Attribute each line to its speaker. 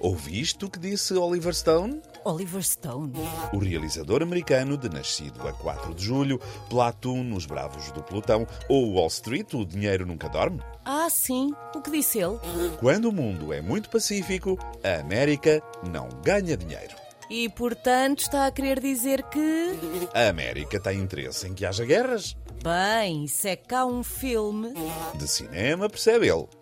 Speaker 1: Ouviste o que disse Oliver Stone?
Speaker 2: Oliver Stone.
Speaker 1: O realizador americano, de nascido a 4 de julho, Platoon nos Bravos do Plutão ou Wall Street, o dinheiro nunca dorme?
Speaker 2: Ah, sim. O que disse ele?
Speaker 1: Quando o mundo é muito pacífico, a América não ganha dinheiro.
Speaker 2: E, portanto, está a querer dizer que.
Speaker 1: A América tem interesse em que haja guerras?
Speaker 2: Bem, isso é cá um filme.
Speaker 1: De cinema, percebe ele.